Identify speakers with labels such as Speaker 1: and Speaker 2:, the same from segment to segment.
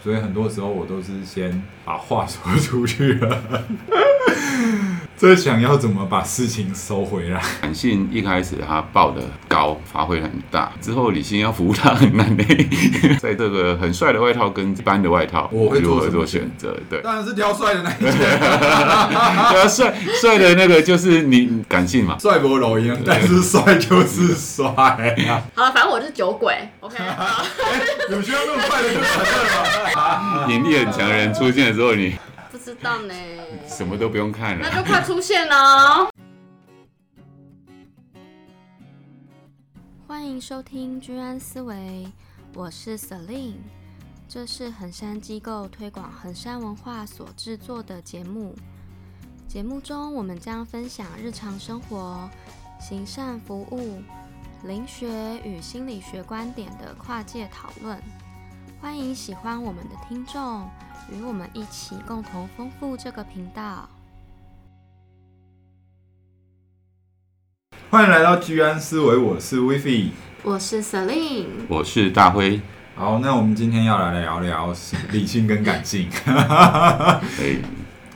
Speaker 1: 所以很多时候我都是先把话说出去了， 这想要怎么把事情收回来？
Speaker 2: 感性一开始他报的高，发挥很大，之后理性要服务他很难嘞。 在这个很帅的外套跟一般的外套，
Speaker 1: 我会
Speaker 2: 如
Speaker 1: 做
Speaker 2: 何
Speaker 1: 什么
Speaker 2: 做选择？ 对，
Speaker 1: 当然是挑帅的那一件，
Speaker 2: 对啊，帅帅的那个就是你感性嘛，
Speaker 1: 帅不容易，但是帅就是帅啊！
Speaker 3: 好了，反正我是酒鬼，OK 好。
Speaker 1: 有需要那么快的就承认吗？
Speaker 2: 能力很强的人出现的时候，你
Speaker 3: 不知道呢，
Speaker 2: 什么都不用看
Speaker 3: 那
Speaker 2: 了。
Speaker 3: 就快出现哦喽！
Speaker 4: 欢迎收听居安思维，我是 Celine，这是衡山机构推广衡山文化所制作的节目。节目中，我们将分享日常生活、行善服务、灵学与心理学观点的跨界讨论。欢迎喜欢我们的听众，与我们一起共同丰富这个频道。
Speaker 1: 欢迎来到居安思维，我是 WiFi。
Speaker 4: 我是 Celine，
Speaker 2: 我是大辉，
Speaker 1: 好，那我们今天要来聊聊理性跟感性。
Speaker 2: 哎，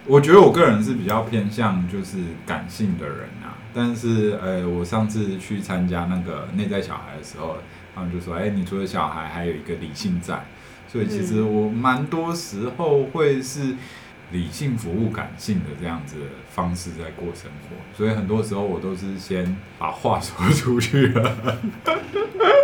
Speaker 1: 我觉得我个人是比较偏向就是感性的人啊，但是呃，我上次去参加那个内在小孩的时候，他们就说，哎、你除了小孩，还有一个理性在，所以其实我蛮多时候会是理性服务感性的这样子的方式在过生活，所以很多时候我都是先把话说出去了，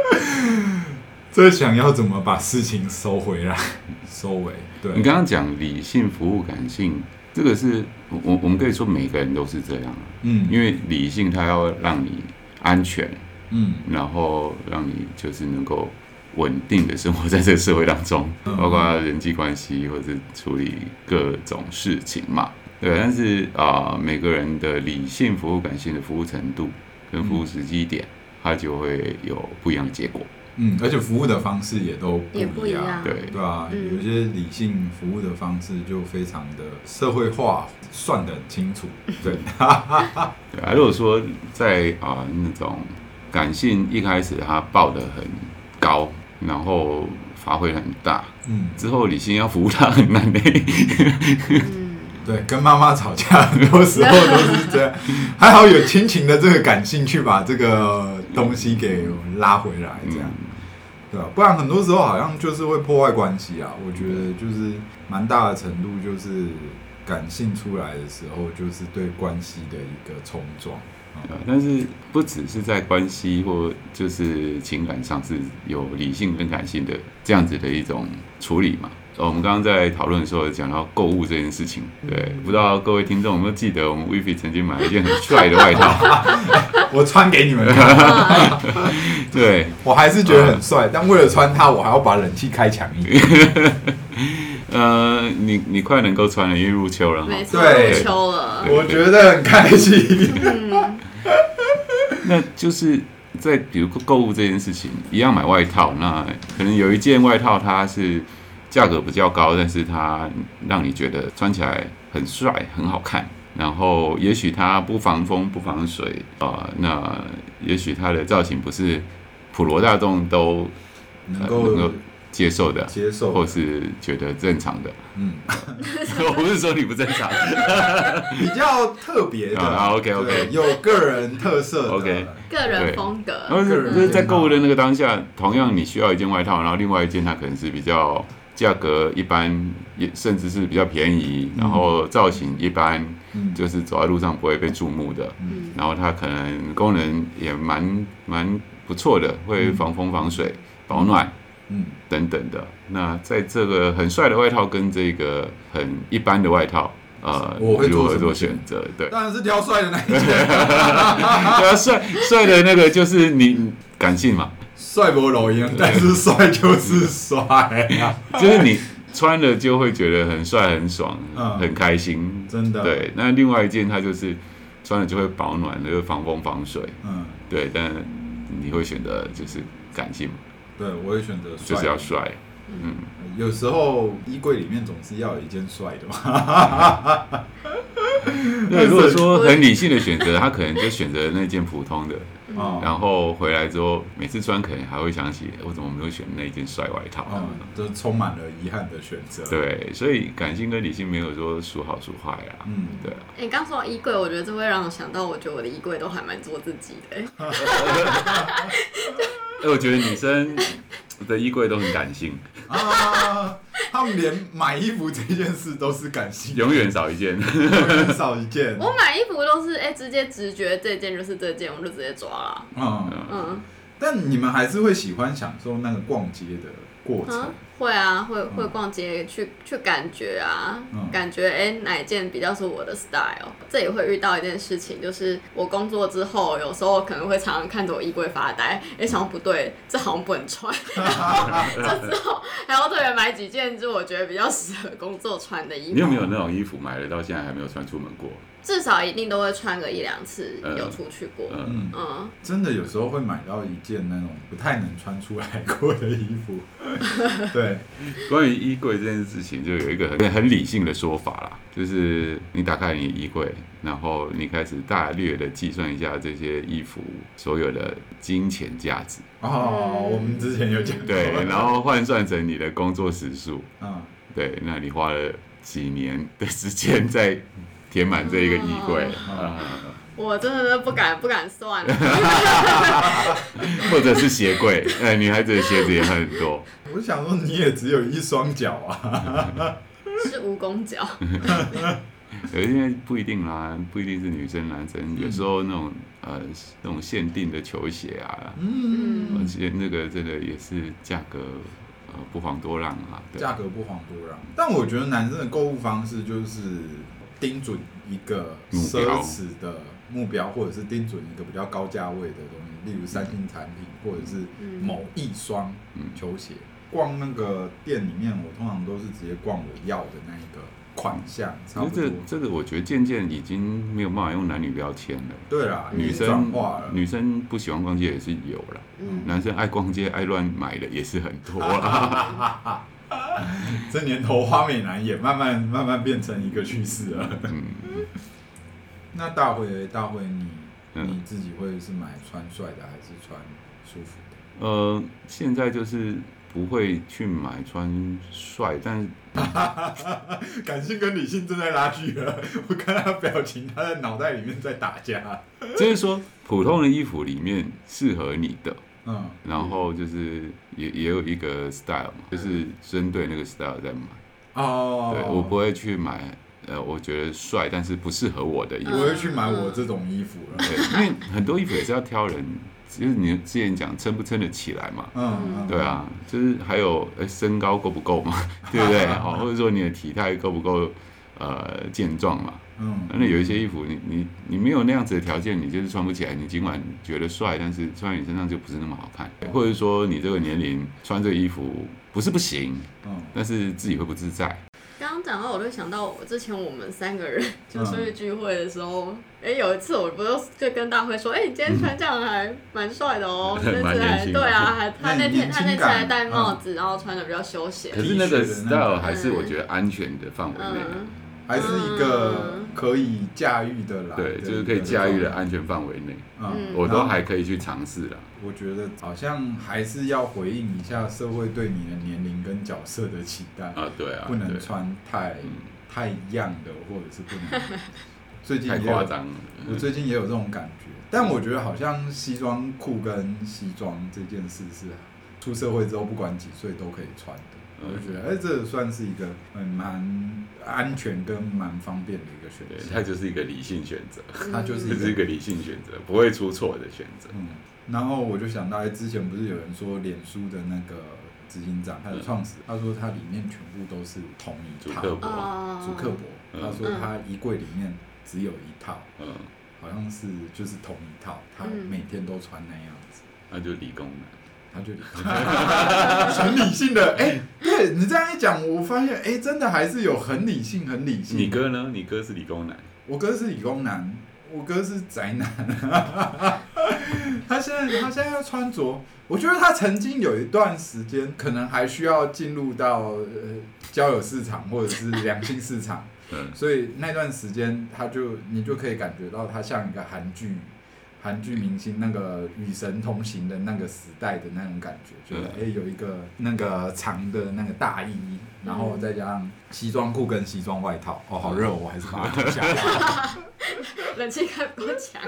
Speaker 1: 这想要怎么把事情收回来，嗯收尾，对，
Speaker 2: 你刚刚讲理性服务感性，这个是我我我们可以说每个人都是这样，
Speaker 1: 嗯，
Speaker 2: 因为理性它要让你安全，
Speaker 1: 嗯。
Speaker 2: 然后让你就是能够稳定的生活在这个社会当中，
Speaker 1: 嗯
Speaker 2: 包括人际关系或者处理各种事情嘛。对，但是啊、呃每个人的理性服务、感性的服务程度跟服务时机点，它就会有不一样的结果。
Speaker 1: 嗯，而且服务的方式也都
Speaker 3: 也不
Speaker 1: 不
Speaker 3: 一
Speaker 1: 样，
Speaker 3: 样
Speaker 2: 对
Speaker 1: 对啊，
Speaker 3: 嗯
Speaker 1: 有些理性服务的方式就非常的社会化，算得很清 楚，对，
Speaker 2: 对啊，如果说在啊、那种感性一开始它报的很高，然后发挥很大，
Speaker 1: 嗯，
Speaker 2: 之后理性要服务它很欸难嘞、
Speaker 1: 对，跟妈妈吵架很多时候都是这样，还好有亲情的这个感性去把这个东西给拉回来，这
Speaker 2: 嗯
Speaker 1: 样，对啊，不然很多时候好像就是会破坏关系啊，我觉得就是蛮大的程度就是感性出来的时候，就是对关系的一个冲撞，
Speaker 2: 对啊但是不只是在关系或就是情感上是有理性跟感性的这样子的一种处理嘛。呃我们刚刚在讨论的时候讲到购物这件事情，对，
Speaker 3: 嗯
Speaker 2: 不知道各位听众有没有记得我们 Vivi 曾经买了一件很帅的外套，
Speaker 1: 我穿给你们看。
Speaker 2: 对，
Speaker 1: 我还是觉得很帅，但为了穿它，我还要把冷气开强一 点。
Speaker 2: 呃，你你快能够穿了，因为入秋了哈。
Speaker 3: 没错，
Speaker 1: 对
Speaker 3: 入秋了，
Speaker 1: 我觉得很开心。
Speaker 2: 那就是在比如购物这件事情，一样买外套，那可能有一件外套它是价格比较高，但是它让你觉得穿起来很帅、很好看。然后也许它不防风、不防水啊、呃那也许它的造型不是普罗大众都
Speaker 1: 能
Speaker 2: 呃
Speaker 1: 够
Speaker 2: 接受的，
Speaker 1: 接受
Speaker 2: 或是觉得正常的。
Speaker 1: 嗯，
Speaker 2: 我不是说你不正常，
Speaker 1: 比较特别的
Speaker 2: 啊，OK，OK
Speaker 1: 对有个人特色的
Speaker 2: OK
Speaker 3: 个人风格。
Speaker 2: 然后
Speaker 1: 个人
Speaker 2: 就是在
Speaker 1: 偏
Speaker 2: 购
Speaker 1: 好
Speaker 2: 物的那个当下，同样你需要一件外套，然后另外一件它可能是比较价格一般，也甚至是比较便宜，然后造型一般，
Speaker 1: 嗯
Speaker 2: 就是走在路上不会被注目的。
Speaker 3: 嗯
Speaker 2: 然后它可能功能也蛮蛮不错的，会防风、防水、保暖
Speaker 1: 嗯
Speaker 2: 等等的。那在这个很帅的外套跟这个很一般的外套，呃，
Speaker 1: 我会
Speaker 2: 如
Speaker 1: 做
Speaker 2: 何
Speaker 1: 什么
Speaker 2: 做
Speaker 1: 选
Speaker 2: 选择？ 对，
Speaker 1: 当然是挑帅的那一件，
Speaker 2: 对啊，帅帅的那个就是你感性嘛。
Speaker 1: 帅不容易，但是帅就是帅 啊，
Speaker 2: 就是你穿了就会觉得很帅、很爽、
Speaker 1: 嗯啊
Speaker 2: 很开心，
Speaker 1: 真的。，
Speaker 2: 对，那另外一件它就是穿了就会保暖，又防风防水，
Speaker 1: 嗯，
Speaker 2: 对。但你会选择就是感性嘛，
Speaker 1: 对，我会选择帅。
Speaker 2: 就是要帅。
Speaker 1: 有时候衣柜里面总是要有一件帅的嘛。嗯
Speaker 2: 对，如果说很理性的选择，他可能就选择那件普通的，
Speaker 1: 哦
Speaker 2: 然后回来之后，每次穿可能还会想起诶我怎么没有选那件帅外套。
Speaker 1: 嗯，都充满了遗憾的选择。，
Speaker 2: 对，所以感性跟理性没有说孰好孰坏啦。
Speaker 1: 嗯，
Speaker 2: 对啊，
Speaker 3: 你刚说到衣柜，我觉得这会让我想到，我觉得我的衣柜都还蛮做自己的、
Speaker 2: 哎，我觉得女生的衣柜都很感性，
Speaker 1: 啊，他们连买衣服这件事都是感性的，
Speaker 2: 永远少一件。
Speaker 1: 很少一件。
Speaker 3: 我买衣服都是哎、直接直觉这件就是这件，我就直接抓了。
Speaker 1: 嗯，
Speaker 3: 嗯
Speaker 1: 但你们还是会喜欢享受那个逛街的过程
Speaker 3: 嗯。，会啊，会会逛街去去感觉啊，
Speaker 1: 嗯
Speaker 3: 感觉哎、哪一件比较是我的 style。这也会遇到一件事情，就是我工作之后，有时候可能会常常看着我衣柜发呆，哎、想想不对，这好像不能 穿，这之后还要特别买几件，就我觉得比较适合工作穿的衣服。
Speaker 2: 你有没有那种衣服买了到现在还没有穿出门过？
Speaker 3: 至少一定都会穿个一两次，
Speaker 2: 嗯
Speaker 3: 有出去过。
Speaker 2: 嗯，
Speaker 1: 嗯，
Speaker 3: 嗯，
Speaker 1: 真的有时候会买到一件那种不太能穿出来过的衣服。对，
Speaker 2: 关于衣柜这件事情，就有一个很很理性的说法啦，就是你打开你的衣柜，然后你开始大略的计算一下这些衣服所有的金钱价值，
Speaker 1: 哦，我们之前有讲过。
Speaker 2: 对，然后换算成你的工作时数，
Speaker 1: 嗯，
Speaker 2: 对，那你花了几年 的时间在填满这一个衣柜
Speaker 1: 哦
Speaker 2: 啊、
Speaker 3: 我真的是不敢不敢算了。
Speaker 2: 或者是鞋柜，哎，女孩子的鞋子也很多，
Speaker 1: 我想说你也只有一双脚啊。
Speaker 3: 是蜈蚣脚，
Speaker 2: 有些不一定啦，不一定是女生男
Speaker 1: 嗯
Speaker 2: 生，有时候那种呃那种限定的球鞋啊，
Speaker 1: 嗯，
Speaker 2: 而且那个真的也是价格呃不遑多让啊，对，
Speaker 1: 价格不遑多让。但我觉得男生的购物方式就是盯准一个
Speaker 2: 目
Speaker 1: 奢
Speaker 2: 标
Speaker 1: 侈的目标，或者是盯准一个比较高价位的东西，例如三星产品，或者是某一双球鞋。逛那个店里面，我通常都是直接逛我要的那一个款项，差
Speaker 2: 可
Speaker 1: 不
Speaker 2: 是
Speaker 1: 多嗯
Speaker 2: 这。这个我觉得渐渐已经没有办法用男女标签了。
Speaker 1: 对啦，已
Speaker 2: 女
Speaker 1: 经转
Speaker 2: 生
Speaker 1: 化了。
Speaker 2: 女生不喜欢逛街也是有啦，
Speaker 3: 嗯
Speaker 2: 男生爱逛街爱乱买的也是很多 啦。
Speaker 1: 这年头花美男也慢慢慢慢变成一个趋势了。 那大辉，大辉你，你
Speaker 2: 嗯
Speaker 1: 自己会是买穿帅的还是穿舒服 的？
Speaker 2: 呃，现在就是不会去买穿帅，但
Speaker 1: 感性跟理性正在拉锯了，我看他表情，他在脑袋里面在打架。
Speaker 2: 就是说普通的衣服里面适合你的，
Speaker 1: 嗯
Speaker 2: 然后就是也也有一个 style 嘛，就是针对那个 style 在买。
Speaker 1: 哦，
Speaker 2: 对我不会去买，呃，我觉得帅但是不适合我的衣
Speaker 1: 不
Speaker 2: 服，
Speaker 1: 会去买我这种衣服了。
Speaker 2: 对，因为很多衣服也是要挑人，就是你之前讲撑不撑得起来嘛，
Speaker 1: 嗯，嗯
Speaker 2: 对，啊，就是还有呃身高够不够嘛，对不对？哦，或者说你的体态够不够呃健壮嘛？
Speaker 1: 嗯
Speaker 2: 那有一些衣服你你你没有那样子的条件，你就是穿不起来。你尽管觉得帅，但是穿在你身上就不是那么好看，或者说你这个年龄穿这个衣服不是不行，
Speaker 1: 嗯，
Speaker 2: 但是自己会不自在。
Speaker 3: 刚刚讲到，我就想到我之前我们三个 人就出
Speaker 2: 嗯
Speaker 3: 去聚会的时候，哎、有一次我不就就跟大辉说，哎、你今天穿这样还蛮帅的哦，
Speaker 2: 嗯
Speaker 3: 你 那
Speaker 2: 蛮
Speaker 3: 次
Speaker 2: 年
Speaker 3: 还
Speaker 2: 轻
Speaker 3: 对
Speaker 2: 的
Speaker 3: 啊，还他那
Speaker 1: 那你
Speaker 3: 天
Speaker 1: 年轻
Speaker 3: 他那
Speaker 2: 嗯
Speaker 3: 次
Speaker 1: 感
Speaker 3: 还戴帽子，然后穿的比较休闲
Speaker 2: 可，是那个
Speaker 1: T 恤的那
Speaker 2: style
Speaker 1: 种
Speaker 2: 还是我觉得安全的范围内，
Speaker 3: 嗯，
Speaker 1: 还是一个可以驾驭的啦，
Speaker 2: 对，
Speaker 1: 的
Speaker 2: 就是可以驾驭的
Speaker 1: 一个状态。
Speaker 2: 安全范围内，
Speaker 1: 嗯，
Speaker 2: 我都还可以去尝试啦。
Speaker 1: 我觉得好像还是要回应一下社会对你的年龄跟角色的期待，
Speaker 2: 啊，对啊，
Speaker 1: 嗯不能
Speaker 2: 对
Speaker 1: 穿太
Speaker 2: 嗯
Speaker 1: 太一样的，或者是不 能最近
Speaker 2: 太
Speaker 1: 也有
Speaker 2: 夸张了。
Speaker 1: 我最近也有这种感觉，但我觉得好像西装裤跟西装这件事是出社会之后不管几岁都可以穿的，
Speaker 2: 嗯
Speaker 1: 我就觉得哎、这算是一个嗯蛮安全跟蛮方便的一个选
Speaker 2: 对，它
Speaker 1: 择，
Speaker 2: 就是一个理性选择，
Speaker 3: 嗯
Speaker 1: 它就是
Speaker 2: 这
Speaker 1: 一
Speaker 2: 是一
Speaker 1: 个
Speaker 2: 个理性选择，不会出错的选择。
Speaker 1: 嗯。然后我就想到，哎，之前不是有人说脸书的那个执行长，他的创始人，他说他里面全部都是同一
Speaker 2: 嗯主
Speaker 1: 套，
Speaker 2: 客
Speaker 1: 主
Speaker 2: 博，
Speaker 3: 哦，
Speaker 1: 克伯，
Speaker 2: 嗯
Speaker 1: 他说他衣柜里面只有一套，
Speaker 2: 嗯，
Speaker 1: 好像是就是同一套，他
Speaker 3: 嗯
Speaker 1: 每天都穿那样子。
Speaker 2: 那就理工男，
Speaker 1: 他就 很理性的，哎、对你这样一讲，我发现，哎、真的还是有很理性，很理性。
Speaker 2: 你，哥呢？你哥是理工男，
Speaker 1: 我哥是理工男，我哥是宅男。 他现在他现在要穿着，我觉得他曾经有一段时间，可能还需要进入到呃交友市场或者是良性市场，
Speaker 2: 嗯，
Speaker 1: 所以那段时间他就你就可以感觉到他像一个韩剧韩剧明星那个与神同行的那个时代的那种感觉，就是哎、有一个那个长的那个大衣，然后再加上西装裤跟西装外套，哦，好热哦，我还是把它脱下来。
Speaker 3: 冷气开不够强，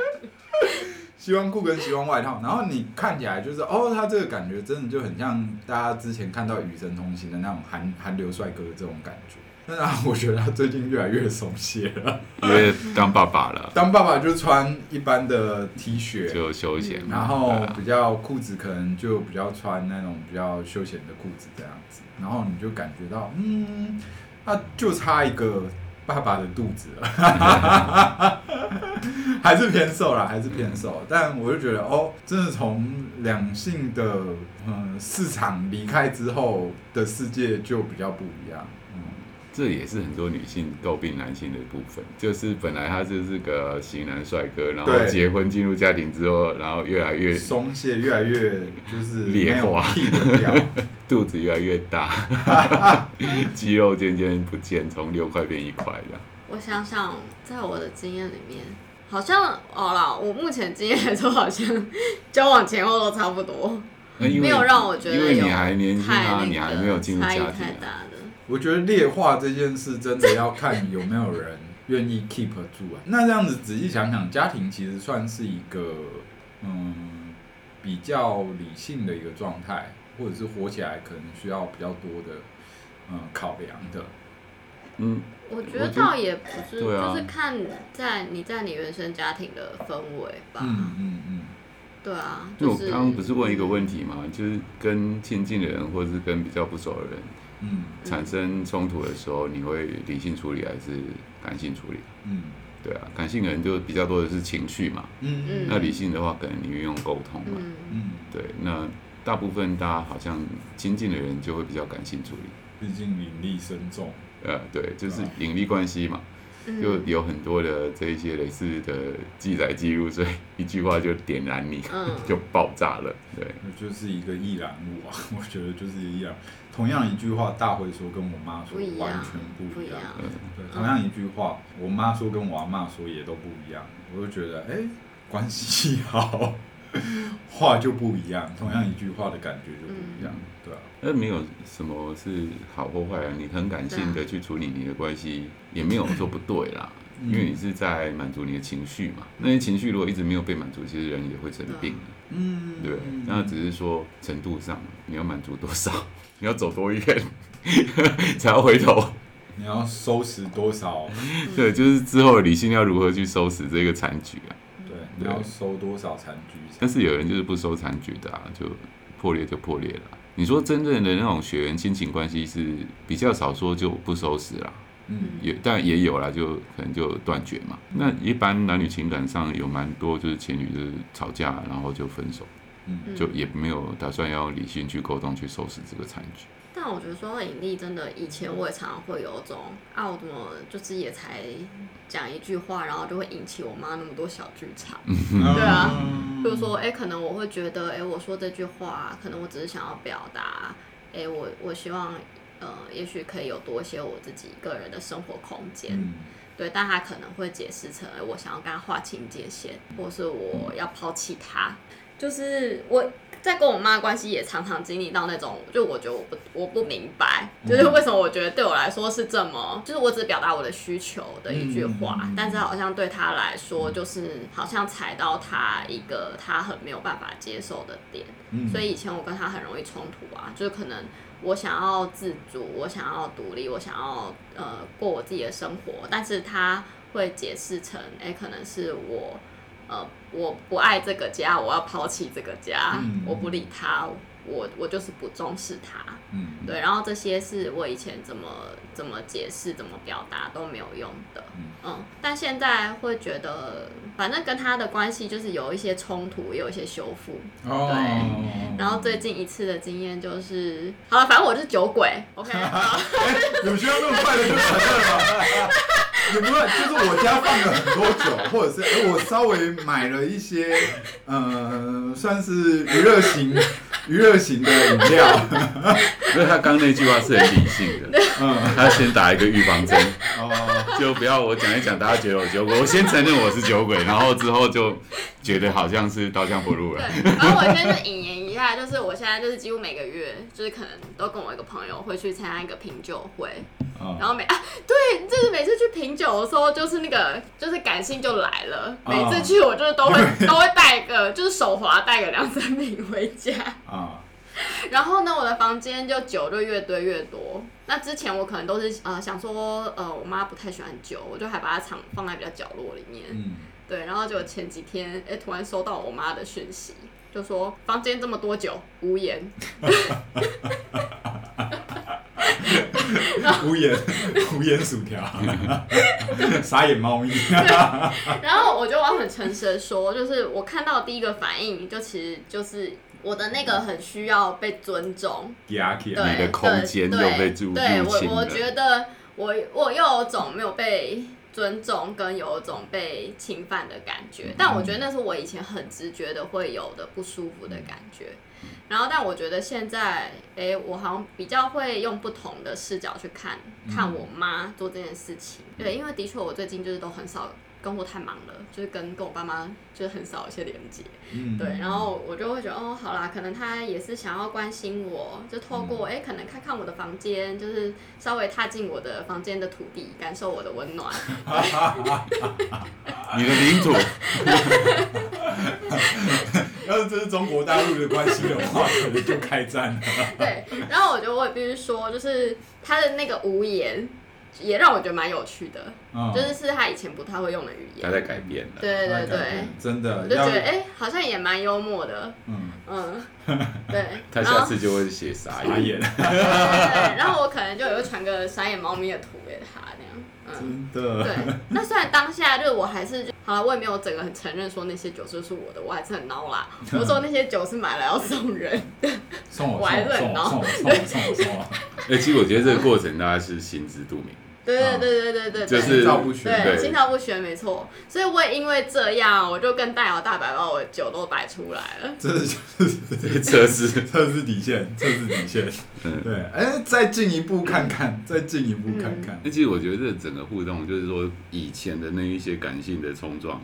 Speaker 1: 西装裤跟西装外套，然后你看起来就是哦，他这个感觉真的就很像大家之前看到《与神同行》的那种韩韩流帅哥这种感觉。但是啊，我觉得他最近越来越松懈了。
Speaker 2: 因为当爸爸了
Speaker 1: 当爸爸就穿一般的 T 恤，
Speaker 2: 就休闲嘛，
Speaker 1: 嗯然后
Speaker 2: 对啊
Speaker 1: 比较裤子可能就比较穿那种比较休闲的裤子这样子，然后你就感觉到，嗯，他就差一个爸爸的肚子了， 还是偏瘦啦，还是偏瘦。但我就觉得，哦，真的从两性的嗯市场离开之后的世界就比较不一样，嗯，
Speaker 2: 这也是很多女性诟病男性的部分，就是本来他就是个型男帅哥，然后
Speaker 1: 对
Speaker 2: 结婚进入家庭之后，然后越来越
Speaker 1: 松懈越来越就是没
Speaker 2: 裂
Speaker 1: 有
Speaker 2: 化
Speaker 1: 屁的掉。
Speaker 2: 肚子越来越大， 肌肉渐渐不见，从六块变一块这样。
Speaker 3: 我想想，在我的经验里面，好像哦啦，我目前经验来说，好像交往前后都差不多，
Speaker 2: 那因为
Speaker 3: 没有让我觉得
Speaker 2: 因为你
Speaker 3: 有
Speaker 2: 还年轻
Speaker 3: 太那
Speaker 2: 啊，
Speaker 3: 个
Speaker 2: 你还没有进入
Speaker 3: 差
Speaker 2: 家
Speaker 3: 异
Speaker 2: 庭、
Speaker 3: 太
Speaker 2: 啊，
Speaker 3: 大的。
Speaker 1: 我觉得劣化这件事真的要看有没有人愿意 keep 住啊。那这样子仔细想想，家庭其实算是一个嗯比较理性的一个状态，或者是活起来可能需要比较多的嗯考量的。
Speaker 2: 嗯，
Speaker 3: 我觉
Speaker 2: 我觉
Speaker 3: 得
Speaker 2: 得
Speaker 3: 倒也不是，
Speaker 2: 对啊
Speaker 3: 就是看在你在你原生家庭的氛围吧。
Speaker 1: 嗯嗯嗯，
Speaker 3: 对啊，
Speaker 2: 因为
Speaker 3: 就
Speaker 2: 我
Speaker 3: 是
Speaker 2: 刚刚不是问一个问题嘛，就是跟亲近的人或是跟比较不熟的人
Speaker 1: 嗯
Speaker 2: 产生冲突的时候，你会理性处理还是感性处理？
Speaker 1: 嗯
Speaker 2: 对啊，感性的人就比较多的是情绪嘛，
Speaker 1: 嗯嗯
Speaker 2: 那理性的话可能你运用沟通嘛，
Speaker 3: 嗯，
Speaker 1: 嗯，
Speaker 2: 对，那大部分大家好像亲近的人就会比较感性处理，
Speaker 1: 毕竟引力深重。
Speaker 2: 呃，对，就是引力关系嘛，
Speaker 3: 嗯
Speaker 2: 就有很多的这一些类似的记载记录，所以一句话就点燃你，
Speaker 3: 嗯
Speaker 2: 就爆炸了，对。
Speaker 1: 那就是一个易燃物啊，我觉得就是一样。同样一句话，大辉说跟我妈说
Speaker 3: 不一样
Speaker 1: 完全不
Speaker 3: 不
Speaker 1: 一
Speaker 3: 一
Speaker 1: 样
Speaker 3: 样。。
Speaker 2: 嗯
Speaker 1: 对，同样一句话，我妈说跟我阿妈说也都不一样，我就觉得哎、诶关系好，话就不一
Speaker 3: 嗯
Speaker 1: 样，同样一句话的感觉就不一样，对啊，
Speaker 2: 那呃没有什么是好或坏啊，你很感性的去处理你的关系，也没有说不对 啦，
Speaker 1: 嗯
Speaker 2: 因为你是在满足你的情绪嘛。那些情绪如果一直没有被满足，其实人也会生病，
Speaker 1: 嗯
Speaker 2: 对不啊对？那只是说程度上，你要满足多少， 你要走多远 才要回头。
Speaker 1: 你要收拾多少，
Speaker 3: 嗯
Speaker 2: 对，就是之后的理性要如何去收拾这个残局啊。
Speaker 1: 对，
Speaker 3: 嗯
Speaker 1: 你要收多少残局才
Speaker 2: 但是有人就是不收残局的啊，就破裂就破裂了啊。你说真正的那种血缘亲情关系是比较少说就不收拾啦。
Speaker 1: 嗯
Speaker 2: 也但也有啦，就可能就断绝嘛。那一般男女情感上有蛮多就是情侣就是吵架，然后就分手，
Speaker 1: 嗯
Speaker 3: 嗯
Speaker 2: 就也没有打算要理性去沟通去收拾这个残局。
Speaker 3: 但我觉得说到引力，真的以前我也常常会有种啊，我怎么就是也才讲一句话，然后就会引起我妈那么多小剧场。对啊
Speaker 1: 嗯
Speaker 3: 比如说，哎、可能我会觉得，哎、我说这句话，可能我只是想要表达，哎、我我希望，呃，也许可以有多一些我自己个人的生活空间。
Speaker 1: 嗯
Speaker 3: 对，但他可能会解释成哎我想要跟他划清界限，或是我要抛弃他。就是我在跟我妈的关系也常常经历到那种，就我觉得我不我不明白，就是为什么我觉得对我来说是这么，就是我只表达我的需求的一句话，
Speaker 1: 嗯
Speaker 3: 但是好像对他来说，就是好像踩到他一个他很没有办法接受的点。
Speaker 1: 嗯
Speaker 3: 所以以前我跟他很容易冲突啊，就是可能我想要自主，我想要独立，我想要呃过我自己的生活，但是他会解释成，哎、可能是我呃我不爱这个家，我要抛弃这个家，
Speaker 1: 嗯
Speaker 3: 我不理他，我我就是不重视他，
Speaker 1: 嗯
Speaker 3: 对，然后这些是我以前怎么怎么解释、怎么表达都没有用的，
Speaker 1: 嗯
Speaker 3: 嗯但现在会觉得，反正跟他的关系就是有一些冲突，也有一些修复，
Speaker 1: 哦，
Speaker 3: 然后最近一次的经验就是，好了，反正我是酒鬼，OK，好
Speaker 1: 有需要那么快的就承认吗？也不会，就是我家放了很多酒，或者是、哎我稍微买了一些，呃，算是娱 乐型、娱乐型的饮料。
Speaker 2: 所以他刚刚那句话是很理性的，
Speaker 1: 嗯，
Speaker 2: 他先打一个预防针，
Speaker 1: 哦，
Speaker 2: 就不要我讲一讲，大家觉得我酒鬼，我先承认我是酒鬼，然后之后就觉得好像是刀枪不入了。
Speaker 3: 对，然后我先就引言一下，就是我现在就是几乎每个月，就是可能都跟我一个朋友会去参加一个品酒会，
Speaker 1: 嗯
Speaker 3: 然后每啊，对，就是每次去品酒的时候，就是那个就是感性就来了，
Speaker 1: 哦
Speaker 3: 每次去我就是都会、都会带个，就是手滑带个两三瓶回家。
Speaker 1: 啊，
Speaker 3: 然后呢，我的房间就酒就越堆越多。那之前我可能都是呃想说，呃，我妈不太喜欢酒，我就还把它藏放在比较角落里面。
Speaker 1: 嗯，
Speaker 3: 对，然后就前几天，哎、突然收到我妈的讯息，就说房间这么多酒，无言。
Speaker 1: 无言无言薯条， 傻眼猫咪，
Speaker 3: 然后我就我很诚实的说，就是我看到第一个反应，就其实就是我的那个很需要被尊重，
Speaker 1: 牙啊起
Speaker 3: 对，
Speaker 1: 来，
Speaker 2: 你的空间
Speaker 3: 对
Speaker 2: 又被注入
Speaker 3: 对
Speaker 2: 侵
Speaker 3: 我，我
Speaker 2: 了
Speaker 3: 觉得我我又有种没有被尊重跟有一种被侵犯的感
Speaker 2: 嗯
Speaker 3: 觉，但我觉得那是我以前很直觉的会有的不舒服
Speaker 2: 嗯
Speaker 3: 的感觉。然后，但我觉得现在，哎，我好像比较会用不同的视角去看
Speaker 2: 嗯
Speaker 3: 看我妈做这件事情。对，因为的确我最近就是都很少工作太忙了，就是跟跟我爸妈就是很少有一些连接。
Speaker 1: 嗯
Speaker 3: 对，然后我就会觉得哦，好啦，可能他也是想要关心我，就透
Speaker 1: 嗯
Speaker 3: 过哎、诶可能看看我的房间，就是稍微踏进我的房间的土地，感受我的温 暖。
Speaker 2: 你的领土，
Speaker 1: 要是这是中国大陆的关系的话，可能就开战了。
Speaker 3: 对，然后我觉得我也必须说，就是他的那个无言，也让我觉得蛮有趣的，
Speaker 1: 嗯
Speaker 3: 就是是他以前不太会用的语
Speaker 2: 他
Speaker 3: 言。
Speaker 2: 在改变了。
Speaker 3: 对对对，，
Speaker 1: 嗯真
Speaker 3: 我
Speaker 1: 的
Speaker 3: 就
Speaker 1: 要
Speaker 3: 觉得哎、诶好像也蛮幽默的，
Speaker 1: 嗯
Speaker 3: 嗯，对。
Speaker 2: 他
Speaker 3: 然
Speaker 2: 下
Speaker 3: 后
Speaker 2: 次就会写傻
Speaker 3: 哎
Speaker 1: 傻
Speaker 2: 眼。
Speaker 1: 眼，
Speaker 3: 对对对，然后我可能就也会传个傻眼猫咪的图给他那样，嗯。
Speaker 1: 真 的，
Speaker 3: 对，那虽然当下就是我还是就好了，我也没有整个很承认说那些酒就是我的，我还是很孬啦。我说那些酒是买来要送人，
Speaker 1: 送我
Speaker 3: 我还是很
Speaker 1: 送我送我送
Speaker 3: 孬
Speaker 1: 我送我送我，
Speaker 2: 哎，其实我觉得这个过程大家是心知肚明，
Speaker 3: 对对对对对对，
Speaker 2: 就
Speaker 3: 对
Speaker 2: 是
Speaker 1: 照顾学
Speaker 3: 对
Speaker 2: 对
Speaker 3: 心照不宣，没错。所以我也因为这样，我就跟大摇大摆把我的酒都摆出来了。
Speaker 1: 这是就是
Speaker 2: 这个测试。
Speaker 1: 测试底线，测试底线。
Speaker 2: 嗯
Speaker 1: 对，哎，再进一步看看，再进一步看看。
Speaker 2: 那其实我觉得这整个互动，就是说以前的那一些感性的冲撞，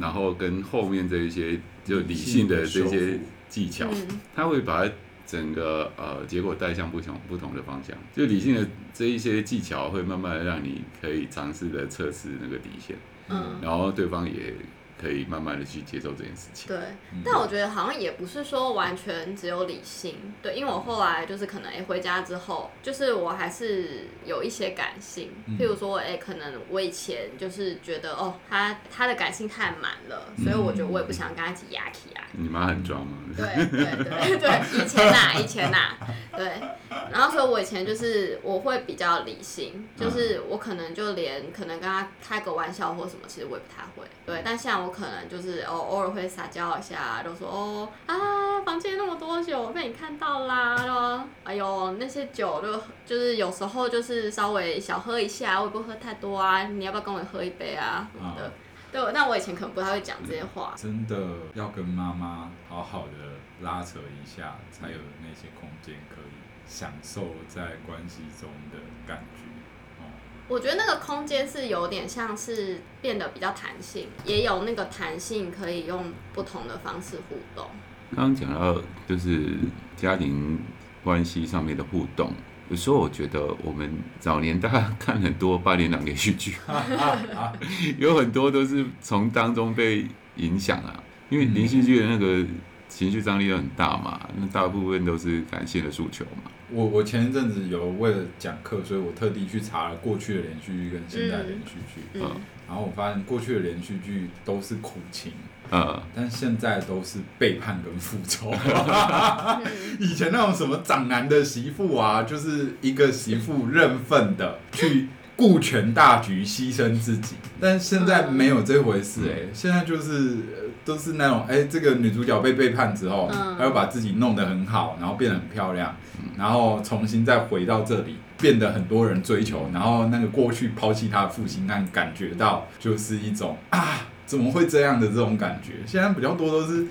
Speaker 2: 然后跟后面这一些就嗯理性的这些技巧，
Speaker 3: 嗯，
Speaker 2: 它会把它整个呃结果带向不同不同的方向。就理性的这一些技巧，会慢慢地让你可以尝试的测试那个底线，
Speaker 3: 嗯
Speaker 2: 然后对方也可以慢慢的去接受这件事情。
Speaker 3: 对，但我觉得好像也不是说完全只有理性，对，因为我后来就是可能哎、诶回家之后，就是我还是有一些感性，譬如说哎、诶可能我以前就是觉得哦他他的感性太满了，所以我觉得我也不想跟他一起压起啊。
Speaker 2: 你妈很装吗？
Speaker 3: 对对对对，以前呐、以前呐、对。然后所以，我以前就是我会比较理性，就是我可能就连可能跟他开个玩笑或什么，其实我也不太会。对，但现在我可能就是哦，偶尔会撒娇一下，就说哦啊，房间那么多酒被你看到啦，然后哎呦那些酒就就是有时候就是稍微小喝一下，我也不会喝太多啊，你要不要跟我喝一杯啊什么的
Speaker 1: 啊。
Speaker 3: 对，但我以前可能不太会讲这些话，
Speaker 1: 真的要跟妈妈好好的拉扯一下，才有那些空间可以享受在关系中的感觉。哦，
Speaker 3: 我觉得那个空间是有点像是变得比较弹性，也有那个弹性可以用不同的方式互动。
Speaker 2: 刚刚讲到就是家庭关系上面的互动，有时候我觉得我们早年大家看很多八点档连续剧， 有很多都是从当中被影响啊，因为连续剧的那个情绪张力都很大嘛，那大部分都是感性的诉求嘛。
Speaker 1: 我我前一阵子有为了讲课，所以我特地去查了过去的连续剧跟现在的连续剧，
Speaker 3: 嗯，
Speaker 1: 然后我发现过去的连续剧都是苦情，
Speaker 2: 呃，
Speaker 1: 但现在都是背叛跟复仇。 以前那种什么长男的媳妇啊，就是一个媳妇认份的去顾全大局，牺牲自己。但现在没有这回事哎、现在就是呃都是那种哎、这个女主角被背叛之后，
Speaker 3: 嗯
Speaker 1: 她又把自己弄得很好，然后变得很漂亮，然后重新再回到这里。变得很多人追求，然后那个过去抛弃她的父亲，让你感觉到就是一种啊，怎么会这样的这种感觉。现在比较多都是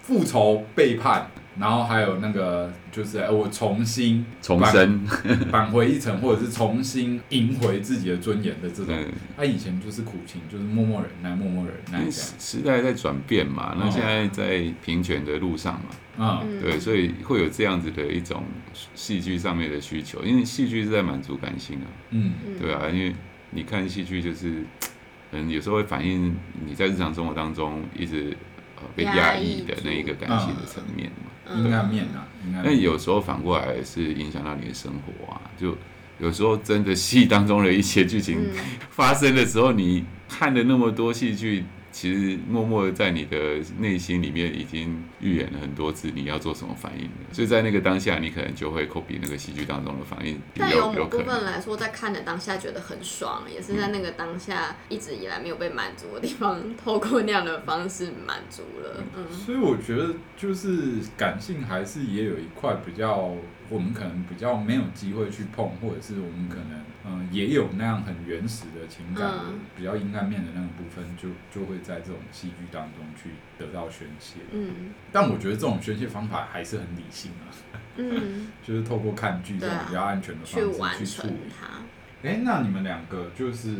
Speaker 1: 复仇、背叛，然后还有那个就是哎我重新
Speaker 2: 重生，
Speaker 1: 返返回一层，或者是重新赢回自己的尊严的这种。
Speaker 2: 嗯，
Speaker 1: 他、以前就是苦情，就是默默忍耐，默默忍
Speaker 2: 因
Speaker 1: 耐
Speaker 2: 为
Speaker 1: 这
Speaker 2: 时呃时代在转变嘛，那
Speaker 1: 哦
Speaker 2: 现在在平权的路上嘛，
Speaker 1: 样。嗯，
Speaker 3: 嗯，
Speaker 2: 对，所以会有这样子的一种戏剧上面的需求，因为戏剧是在满足感性啊，
Speaker 1: 嗯，
Speaker 3: 嗯
Speaker 2: 对啊，因为你看戏剧就是，嗯，有时候会反映你在日常生活当中一直呃被
Speaker 3: 压
Speaker 2: 压
Speaker 3: 抑
Speaker 2: 抑的
Speaker 3: 住
Speaker 2: 那一个感性的层面嘛。
Speaker 3: 嗯
Speaker 1: 阴暗面啊，阴暗
Speaker 2: 那
Speaker 1: 面。
Speaker 2: 有时候反过来是影响到你的生活啊，就有时候真的戏当中的一些剧情
Speaker 3: 嗯
Speaker 2: 发生的时候，你看了那么多戏剧。其实默默的在你的内心里面已经预演了很多次你要做什么反应了，所以在那个当下，你可能就会 copy 那个戏剧当中的反应，
Speaker 3: 但有某
Speaker 2: 有
Speaker 3: 部
Speaker 2: 可能
Speaker 3: 分来说，在看的当下觉得很爽，也是在那个当下一直以来没有被满足的地方，透过那样的方式满足了。嗯，
Speaker 1: 所以我觉得就是感性还是也有一块比较，我们可能比较没有机会去碰，或者是我们可能嗯、呃也有那样很原始的情感，
Speaker 3: 嗯
Speaker 1: 比较阴暗面的那个部分，就就会在这种戏剧当中去得到宣泄。
Speaker 3: 嗯
Speaker 1: 但我觉得这种宣泄方法还是很理性啊，
Speaker 3: 嗯，
Speaker 1: 就是透过看剧这种
Speaker 3: 对啊
Speaker 1: 比较安全的
Speaker 3: 去
Speaker 1: 方
Speaker 3: 完
Speaker 1: 式去处
Speaker 3: 成
Speaker 1: 理。
Speaker 3: 它。
Speaker 1: 哎、那你们两个就是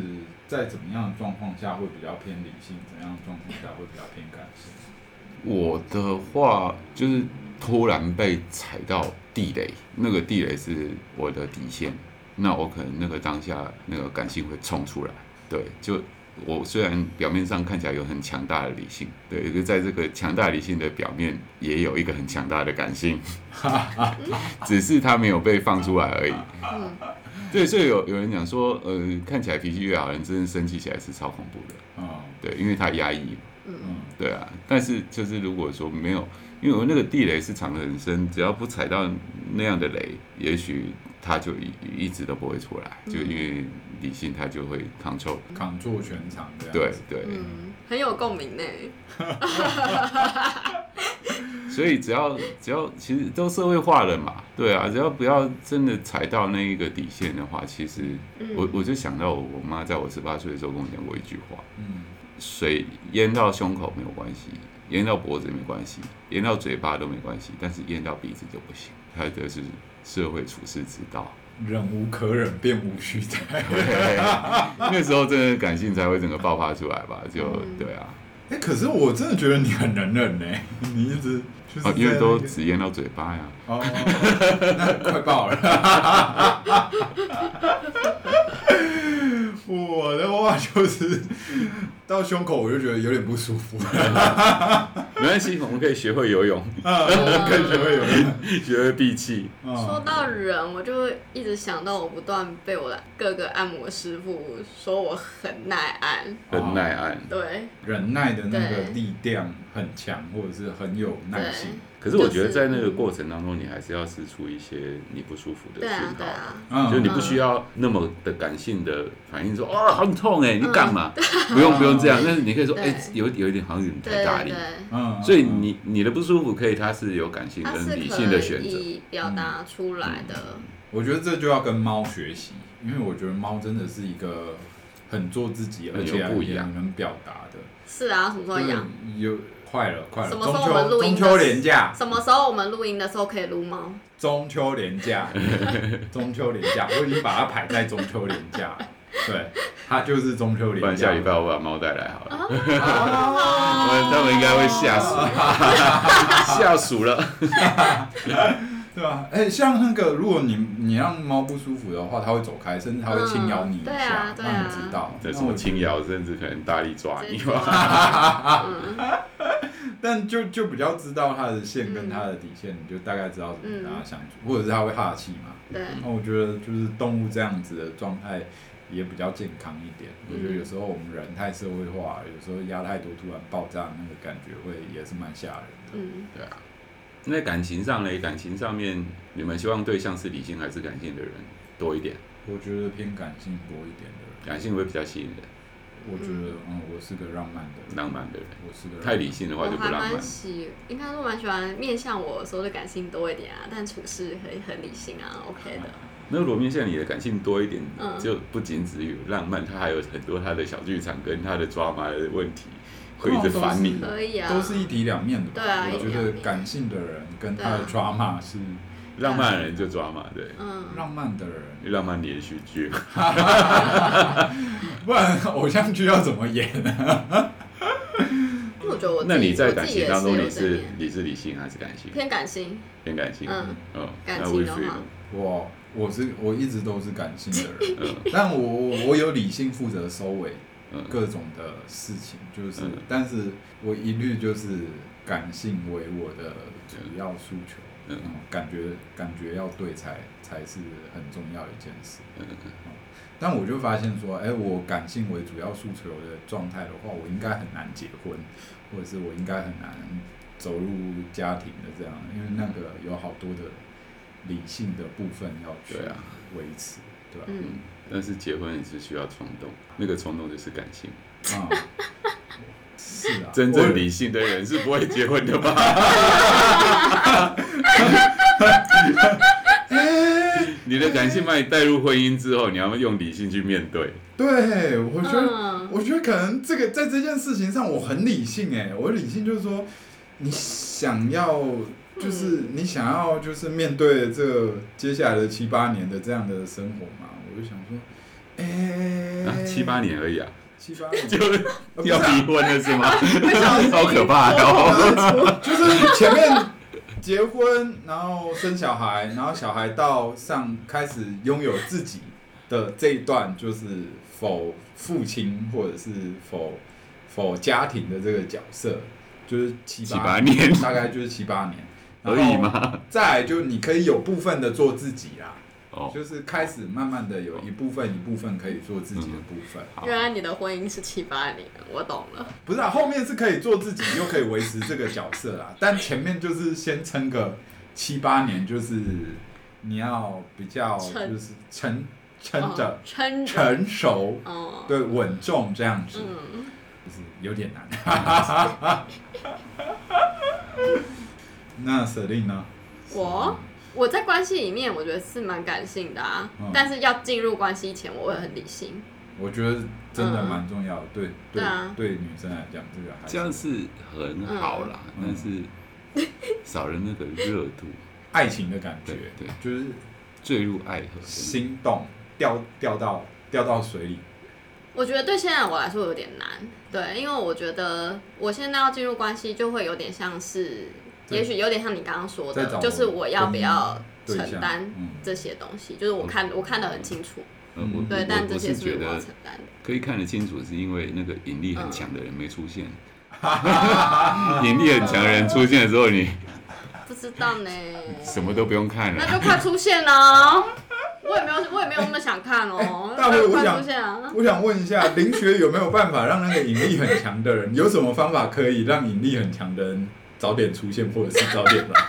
Speaker 1: 在怎么样的状况下会比较偏理性，怎样的状况下会比较偏感性？
Speaker 2: 我的话就是突然被踩到地雷，那个地雷是我的底线，那我可能那个当下那个感性会冲出来。对，就我虽然表面上看起来有很强大的理性，对，可是在这个强大理性的表面也有一个很强大的感性，只是它没有被放出来而已。
Speaker 3: 嗯，
Speaker 2: 对，所以有有人讲说，呃，看起来脾气越好的人，真正生气起来是超恐怖的。
Speaker 1: 嗯
Speaker 2: 对，因为他压抑
Speaker 1: 嗯。
Speaker 2: 对啊，但是就是如果说没有，因为我那个地雷是藏得很深，只要不踩到那样的雷，也许它就一一直都不会出来，就因为理性它就会 control。
Speaker 1: 扛住全场这样
Speaker 2: 对
Speaker 1: 子。
Speaker 2: 对，
Speaker 3: 嗯，很有共鸣呢。
Speaker 2: 所以只要只要其实都社会化了嘛，对啊，只要不要真的踩到那一个底线的话，其实
Speaker 3: 嗯
Speaker 2: 我我就想到我我妈在我十八岁的时候跟我讲过一句话，
Speaker 1: 嗯，
Speaker 2: 水淹到胸口没有关系，淹到脖子没关系，淹到嘴巴都没关系，但是淹到鼻子就不行。它的是社会处世之 道。
Speaker 1: 忍无可忍便无需再。
Speaker 2: 那时候真的感性才会整个爆发出来吧？就
Speaker 3: 嗯
Speaker 2: 对啊，
Speaker 1: 哎、可是我真的觉得你很能忍呢、你一直就是在那
Speaker 2: 哦，
Speaker 1: 个、
Speaker 2: 因为都只淹到嘴巴呀。
Speaker 1: 哦，那快爆了！ 我的话就是到胸口我就觉得有点不舒服，
Speaker 2: 嗯没关系，我们可以学会游 泳，
Speaker 1: 啊，我感觉会有点。
Speaker 2: 学会闭气。
Speaker 3: 说
Speaker 1: 嗯
Speaker 3: 到人，我就会一直想到我不断被我的各个按摩师傅说我很耐按，
Speaker 2: 很耐按。
Speaker 3: 对，
Speaker 1: 忍耐的那个
Speaker 3: 对
Speaker 1: 力量很强，或者是很有耐心。
Speaker 2: 可是我觉得在那个过程当中，你还是要试出一些你不舒服的
Speaker 3: 对
Speaker 2: 讯
Speaker 3: 啊，对
Speaker 2: 号。
Speaker 3: 啊，
Speaker 1: 嗯，
Speaker 2: 就你不需要那么的感性的反应说，哦，好痛哎，你干嘛？不用不用这样，但是你可以说，
Speaker 3: 嗯对
Speaker 2: 哎，有有一点好像有点太
Speaker 3: 对
Speaker 2: 大
Speaker 3: 对
Speaker 2: 力。
Speaker 3: 对。
Speaker 1: 嗯，
Speaker 2: 所以你你的不舒服可以，它是有感性
Speaker 3: 它
Speaker 2: 跟
Speaker 3: 是
Speaker 2: 理性的
Speaker 3: 可
Speaker 2: 选择。嗯
Speaker 3: 以表达出来的，
Speaker 1: 我觉得这就要跟猫学习，因为我觉得猫真的是一个很做自己，
Speaker 2: 很
Speaker 1: 而
Speaker 2: 有
Speaker 1: 且
Speaker 2: 不一
Speaker 1: 也
Speaker 2: 样
Speaker 1: 很能表达的。
Speaker 3: 是啊，什么时候养？
Speaker 1: 对有快了，快了，
Speaker 3: 什
Speaker 1: 中
Speaker 3: 么时候我们
Speaker 1: 秋
Speaker 3: 录音
Speaker 1: 中
Speaker 3: 的
Speaker 1: 秋连假，
Speaker 3: 什么时候我们录音的时候可以撸猫？
Speaker 1: 中秋连 假，中秋连假，我已经把它排在中秋连假了。对，它就是中秋连
Speaker 2: 不
Speaker 1: 假。
Speaker 2: 然下礼拜我把猫带来好
Speaker 3: 哦
Speaker 2: 了，
Speaker 1: 啊
Speaker 2: 不然他们应该会吓死，
Speaker 3: 哦
Speaker 2: 吓死了。
Speaker 1: 对啊，哎、像那个，如果你你让猫不舒服的话，它会走开，甚至它会轻咬你一
Speaker 3: 嗯对啊
Speaker 1: 下，
Speaker 3: 对啊
Speaker 1: 让你知道。
Speaker 2: 这什么轻咬，甚至可能大力抓你吧。
Speaker 3: 嗯
Speaker 1: 但就就比较知道它的线跟
Speaker 3: 嗯
Speaker 1: 它的底线，你就大概知道怎么跟它相处，或者是它会哈气嘛。
Speaker 3: 对，
Speaker 1: 那我觉得就是动物这样子的状态也比较健康一点。我
Speaker 3: 嗯
Speaker 1: 觉得有时候我们人太社会化，有时候压太多突然爆炸，那个感觉会也是蛮吓人的。
Speaker 3: 嗯，
Speaker 2: 对啊，那感情上嘞，感情上面，你们希望对象是理性还是感性的人多一点？
Speaker 1: 我觉得偏感性多一点的人，
Speaker 3: 哎
Speaker 2: 感性会比较吸引人，
Speaker 1: 我觉得嗯，我是个浪漫的人，
Speaker 2: 浪漫的人。
Speaker 1: 我是个
Speaker 2: 太理性的话
Speaker 3: 我
Speaker 2: 就不
Speaker 3: 还
Speaker 2: 浪漫
Speaker 3: 蛮。喜，应该说蛮喜欢面向我说的感性多一点啊，但处事很很理性啊，OK 的，
Speaker 2: 那罗面现在你的感性多一点，
Speaker 3: 嗯
Speaker 2: 就不仅只有浪漫，它还有很多它的小剧场跟它的抓马的问题，会一直烦你。
Speaker 3: 可以啊，
Speaker 1: 都是一体两面的吧。
Speaker 3: 对啊
Speaker 1: 我觉
Speaker 3: 一体两
Speaker 1: 得
Speaker 3: 面
Speaker 1: 感性的人跟他的
Speaker 3: 对啊
Speaker 1: drama 是
Speaker 2: 浪漫的人就抓嘛，对，
Speaker 3: 嗯，
Speaker 1: 浪漫的人，
Speaker 2: 浪漫连续剧，
Speaker 1: 不然偶像剧要怎么演呢？
Speaker 3: 因为我觉得我自己
Speaker 2: 那你在
Speaker 3: 我
Speaker 2: 感
Speaker 3: 自己
Speaker 2: 情
Speaker 3: 也
Speaker 2: 当中，
Speaker 3: 是有
Speaker 2: 你
Speaker 3: 这
Speaker 2: 是
Speaker 3: 点
Speaker 2: 你是理性还是感性？
Speaker 3: 偏感性，
Speaker 2: 偏感性。
Speaker 3: 嗯，
Speaker 2: 哦，
Speaker 3: 感
Speaker 2: 那
Speaker 3: 情
Speaker 2: 我
Speaker 3: 的
Speaker 2: 是
Speaker 3: 话
Speaker 1: 我我是我一直都是感性的人，
Speaker 2: 嗯
Speaker 1: 但我我我有理性负责收尾
Speaker 2: 嗯
Speaker 1: 各种的事情，就是
Speaker 2: 嗯，
Speaker 1: 但是我一律就是感性为我的主要诉求，
Speaker 2: 嗯
Speaker 1: 嗯，感觉感觉要对才才是很重要的一件事。哦
Speaker 2: 嗯嗯
Speaker 1: 但我就发现说，哎、我感性为主要诉求的状态的话，我应该很难结婚，或者是我应该很难走入家庭的这样，因为那个有好多的理性的部分要去
Speaker 2: 对啊
Speaker 1: 维持，对吧、
Speaker 3: 嗯，
Speaker 2: 但是结婚也是需要冲动，那个冲动就是感性。
Speaker 1: 啊、 是啊，
Speaker 2: 嗯真正
Speaker 1: 我
Speaker 2: 理性的人是不会结婚的 吧？你的感性把你带入婚姻之后，你要用理性去面对。
Speaker 1: 对，我觉得、
Speaker 3: 嗯
Speaker 1: 我觉得可能这个在这件事情上我很理性哎、我理性就是说，你想要就是、你想要就是面对这接下来的七八年的这样的生活嘛，我就想说，哎、
Speaker 2: 啊，七八年而已啊，
Speaker 1: 七八年
Speaker 2: 就
Speaker 1: 啊不是
Speaker 2: 要
Speaker 1: 啊
Speaker 2: 离婚了是啊吗？好
Speaker 3: 好
Speaker 2: 可怕哦！
Speaker 1: 就是前面结婚，然后生小孩，然后小孩到上开始拥有自己的这一段，就是否父亲或者是否否家庭的这个角色，就是七
Speaker 2: 七
Speaker 1: 八
Speaker 2: 八年
Speaker 1: 大概就是七八年
Speaker 2: 而已？嘛。
Speaker 1: 再来就你可以有部分的做自己啦，
Speaker 2: 哦，
Speaker 1: 就是开始慢慢的有一部分一部分可以做自己的部分，
Speaker 3: 原来你的婚姻是七八年，我懂了。
Speaker 1: 不是啊，后面是可以做自己，又可以维持这个角色啦。但前面就是先撑个七八年，就是你要比较
Speaker 3: 撑
Speaker 1: 就是成撑着
Speaker 3: 哦、撑着，
Speaker 1: 成熟，
Speaker 3: 哦，
Speaker 1: 对稳重这样子，
Speaker 3: 嗯，
Speaker 1: 就是有点难。 那 Selin 呢？
Speaker 3: 我我在关系里面，我觉得是蛮感性的啊，
Speaker 1: 嗯
Speaker 3: 但是要进入关系前，我会很理性。
Speaker 1: 我觉得真的蛮重要的，对
Speaker 3: 对啊
Speaker 1: 对，女生来讲，这个还
Speaker 2: 这样是很好啦，
Speaker 1: 嗯
Speaker 2: 但是少了那个热度，
Speaker 1: 爱情的感觉，
Speaker 2: 对对
Speaker 1: 就是
Speaker 2: 坠入爱河。真的
Speaker 1: 心动掉掉到掉到水里，
Speaker 3: 我觉得对现在我来说有点难，对，因为我觉得我现在要进入关系，就会有点像是，
Speaker 1: 对
Speaker 3: 也许有点像你刚刚说
Speaker 1: 在找
Speaker 3: 的，就是我要不要
Speaker 1: 对象
Speaker 3: 承担
Speaker 1: 嗯
Speaker 3: 这些东西，就是我看我看得很清楚，
Speaker 2: 呃嗯我
Speaker 3: 嗯对，但
Speaker 2: 我
Speaker 3: 这
Speaker 2: 我
Speaker 3: 些
Speaker 2: 是
Speaker 3: 是
Speaker 2: 觉
Speaker 3: 我要
Speaker 2: 得
Speaker 3: 承担的。
Speaker 2: 可以看得清楚，是因为那个引力很强的人没出现。 引力很强的人出现的时候，你
Speaker 3: 不知道 呢，
Speaker 2: 什么都不用看
Speaker 3: 那
Speaker 2: 了。
Speaker 3: 就快出现哦。我也没有，我也没有那么想看哦。
Speaker 1: 哎 大卫我
Speaker 3: 快
Speaker 1: 想
Speaker 3: 出现啊！
Speaker 1: 我想问一下，林学有没有办法让那个引力很强的人，有什么方法可以让引力很强的人早点出现，或者是早点 来？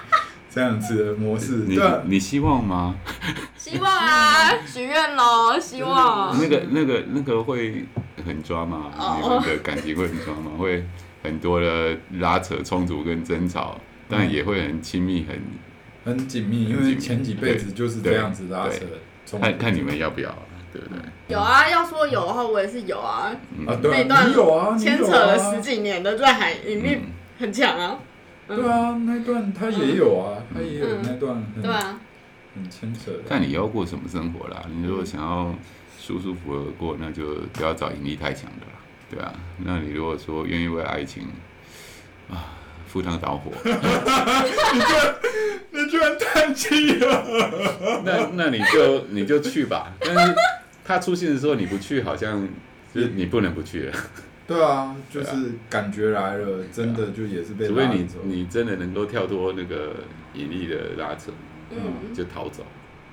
Speaker 1: 这样子的模式，
Speaker 2: 你
Speaker 1: 对啊，
Speaker 2: 你希望吗？
Speaker 3: 希望啊，许愿喽，希望。
Speaker 2: 那个那个那个会很抓吗？
Speaker 3: 哦
Speaker 2: 你们的感情会很抓吗？ 会很多的拉扯、冲突跟争吵，但也会很亲密，很
Speaker 1: 很紧密，因为前几辈子就是这样子啊拉扯
Speaker 2: 对，
Speaker 3: 嗯
Speaker 1: 从
Speaker 2: 看看你们要不要，对不对？嗯
Speaker 3: 有啊，要说有的话，我也是有啊。
Speaker 1: 啊，对
Speaker 3: 那
Speaker 1: 啊，
Speaker 3: 段
Speaker 1: 你有啊，你有啊
Speaker 3: 牵扯了十，几年的在海引力
Speaker 2: 嗯
Speaker 3: 很强啊，
Speaker 1: 对啊，那段他也有啊，他也有那段
Speaker 2: 嗯
Speaker 1: 很
Speaker 3: 对啊，
Speaker 1: 很牵扯的，
Speaker 2: 看你要过什么生活啦。你如果想要舒舒服服地过，那就不要找引力太强的啦，对啊。那你如果说愿意为爱情啊赴汤蹈 火，
Speaker 1: 你居然叹气了，
Speaker 2: 那那你就你就去吧。但是他出现的时候你不去，好像就是你不能不去了，
Speaker 1: 对啊，就是感觉来了，真的就也是被
Speaker 2: 除非
Speaker 1: 拉
Speaker 2: 你
Speaker 1: 走，
Speaker 2: 你真的能够跳脱那个引力的拉扯，
Speaker 3: 嗯，
Speaker 2: 就逃走。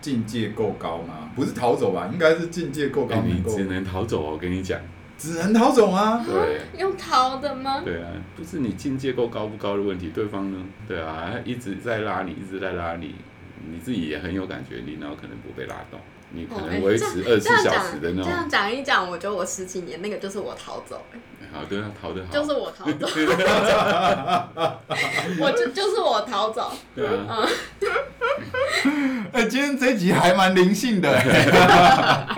Speaker 1: 境界够高吗？不是逃走吧，应该是境界够高，
Speaker 2: 哎，你
Speaker 1: 能够
Speaker 2: 只能逃走哦，我跟你讲，
Speaker 1: 只能逃走啊！
Speaker 2: 对。
Speaker 3: 用逃的吗？
Speaker 2: 对啊，不是你境界够高不高的问题，对方呢？对啊，他一直在拉你，一直在拉你，你自己也很有感觉力，然后可能不被拉动，你可
Speaker 3: 哦
Speaker 2: 能
Speaker 3: 哎
Speaker 2: 维
Speaker 3: 这
Speaker 2: 持二十
Speaker 3: 这样
Speaker 2: 小时
Speaker 3: 讲，
Speaker 2: 的那
Speaker 3: 这
Speaker 2: 种，
Speaker 3: 样讲一讲，我觉得我十几年那个就是我逃走，欸
Speaker 2: 好，对啊，逃得好，
Speaker 3: 就是我逃走， 我就就是我逃走，
Speaker 2: 对啊，
Speaker 1: 哎、今天这集还蛮灵性 的、欸，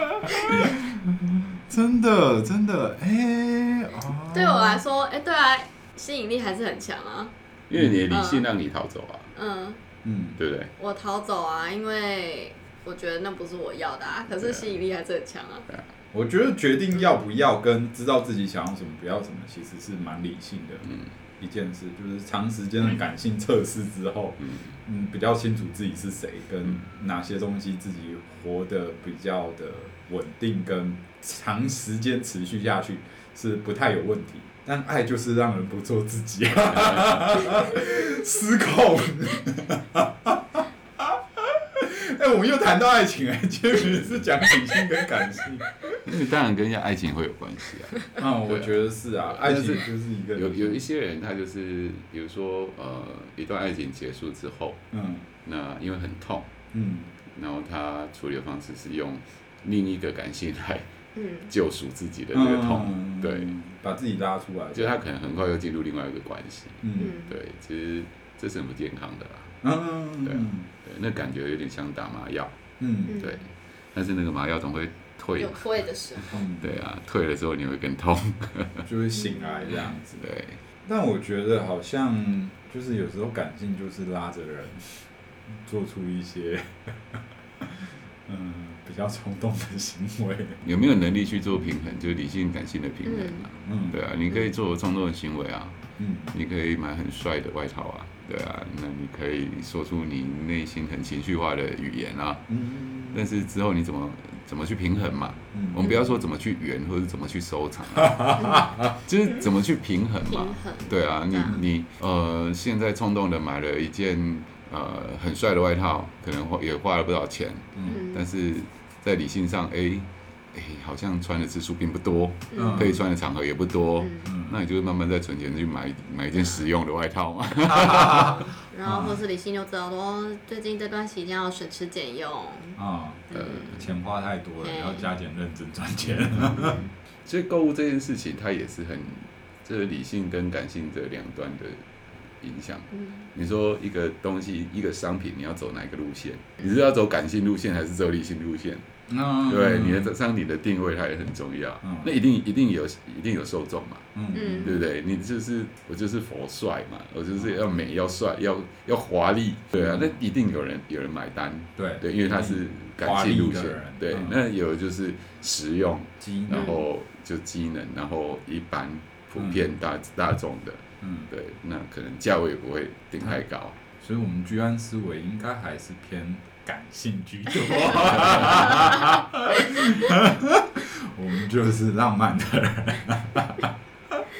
Speaker 1: 真的真的，哎、哎、哦
Speaker 3: 对我来说，哎、对啊，吸引力还是很强啊。
Speaker 2: 因为你的理性让你逃走啊，
Speaker 3: 嗯，
Speaker 1: 嗯，
Speaker 2: 对不对？
Speaker 3: 我逃走啊，因为我觉得那不是我要的啊。可是吸引力还是很强啊。
Speaker 1: 我觉得决定要不要跟知道自己想要什么不要什么，其实是蛮理性的一件事。就是长时间的感性测试之后，
Speaker 2: 嗯
Speaker 1: 嗯，比较清楚自己是谁，跟
Speaker 2: 嗯
Speaker 1: 哪些东西自己活得比较的稳定，跟长时间持续下去是不太有问题。但爱就是让人不做自己，啊 失控。哎、我们又谈到爱情哎、今天明明是讲理性跟感性。
Speaker 2: 因为当然跟爱情会有关系 啊。
Speaker 1: 啊，我觉得是啊，爱
Speaker 2: 但
Speaker 1: 情
Speaker 2: 是
Speaker 1: 就是一个
Speaker 2: 有有一些人他就是，比如说呃，一段爱情结束之后，
Speaker 1: 嗯
Speaker 2: 那因为很痛，
Speaker 1: 嗯
Speaker 2: 然后他处理的方式是用另一个感性 来
Speaker 3: 嗯，
Speaker 2: 救赎自己的那个痛，
Speaker 1: 嗯
Speaker 2: 对，
Speaker 1: 把自己拉出来，
Speaker 2: 就是他可能很快又进入另外一个关系，
Speaker 1: 嗯
Speaker 3: 嗯，
Speaker 2: 对，其实这是很不健康的啦，
Speaker 1: 嗯
Speaker 2: 对啊对，那感觉有点像打麻药，
Speaker 1: 嗯
Speaker 2: 对，但是那个麻药总会退
Speaker 3: 有，会的时候，
Speaker 1: 嗯，
Speaker 2: 对啊，退了之后你会更痛，
Speaker 1: 就会醒来这样子。
Speaker 2: 对，
Speaker 1: 但我觉得好像就是有时候感性就是拉着人做出一些 嗯比较冲动的行为，
Speaker 2: 有没有能力去做平衡，就是理性感性的平衡啊，
Speaker 1: 嗯
Speaker 2: 对啊，你可以做冲动的行为啊，
Speaker 1: 嗯
Speaker 2: 你可以买很帅的外套啊，对啊，那你可以说出你内心很情绪化的语言啊，
Speaker 1: 嗯
Speaker 2: 但是之后你怎么怎么去平衡嘛？
Speaker 1: 嗯
Speaker 2: 我们不要说怎么去圆或者怎么去收藏、啊，就是怎么去平衡
Speaker 3: 平
Speaker 2: 嘛。
Speaker 3: 衡。
Speaker 2: 对啊，你
Speaker 3: 对啊
Speaker 2: 你呃，现在冲动的买了一件呃很帅的外套，可能花也花了不少钱，
Speaker 1: 嗯
Speaker 2: 但是在理性上，哎、哎、好像穿的次数并不多，
Speaker 1: 嗯
Speaker 2: 可以穿的场合也不多，
Speaker 3: 嗯
Speaker 2: 那你就是慢慢在存钱去买买一件实用的外套嘛。
Speaker 3: 然后或是理性就知道说，哦最近这段期间要省吃俭用。
Speaker 1: 啊，钱花太多了，
Speaker 3: 嗯
Speaker 1: 要加减认真赚钱。
Speaker 2: 所以购物这件事情，它也是很，这、就是理性跟感性这两端的影响。
Speaker 3: 嗯，
Speaker 2: 你说一个东西，一个商品，你要走哪一个路线？你是要走感性路线，还是走理性路线？
Speaker 1: 嗯
Speaker 2: 对，你的商品的定位它也很重要
Speaker 1: 嗯。
Speaker 2: 那一定一定有一定有受众嘛，
Speaker 1: 嗯
Speaker 3: 嗯
Speaker 2: 对不对？你就是我就是佛帅嘛，我就是要美要帅要要华丽，对啊，那一定有人有人买单，
Speaker 1: 对
Speaker 2: 对，因为它是感性路线
Speaker 1: 华丽的人，
Speaker 2: 对
Speaker 1: 嗯。
Speaker 2: 那有的就是实用，
Speaker 1: 基因
Speaker 3: 嗯
Speaker 2: 然后就机能，然后一般普遍大大众的，
Speaker 1: 嗯。
Speaker 2: 对，那可能价位也不会定太高。
Speaker 1: 所以我们居安思危应该还是偏感性居 多。我们就是浪漫的人。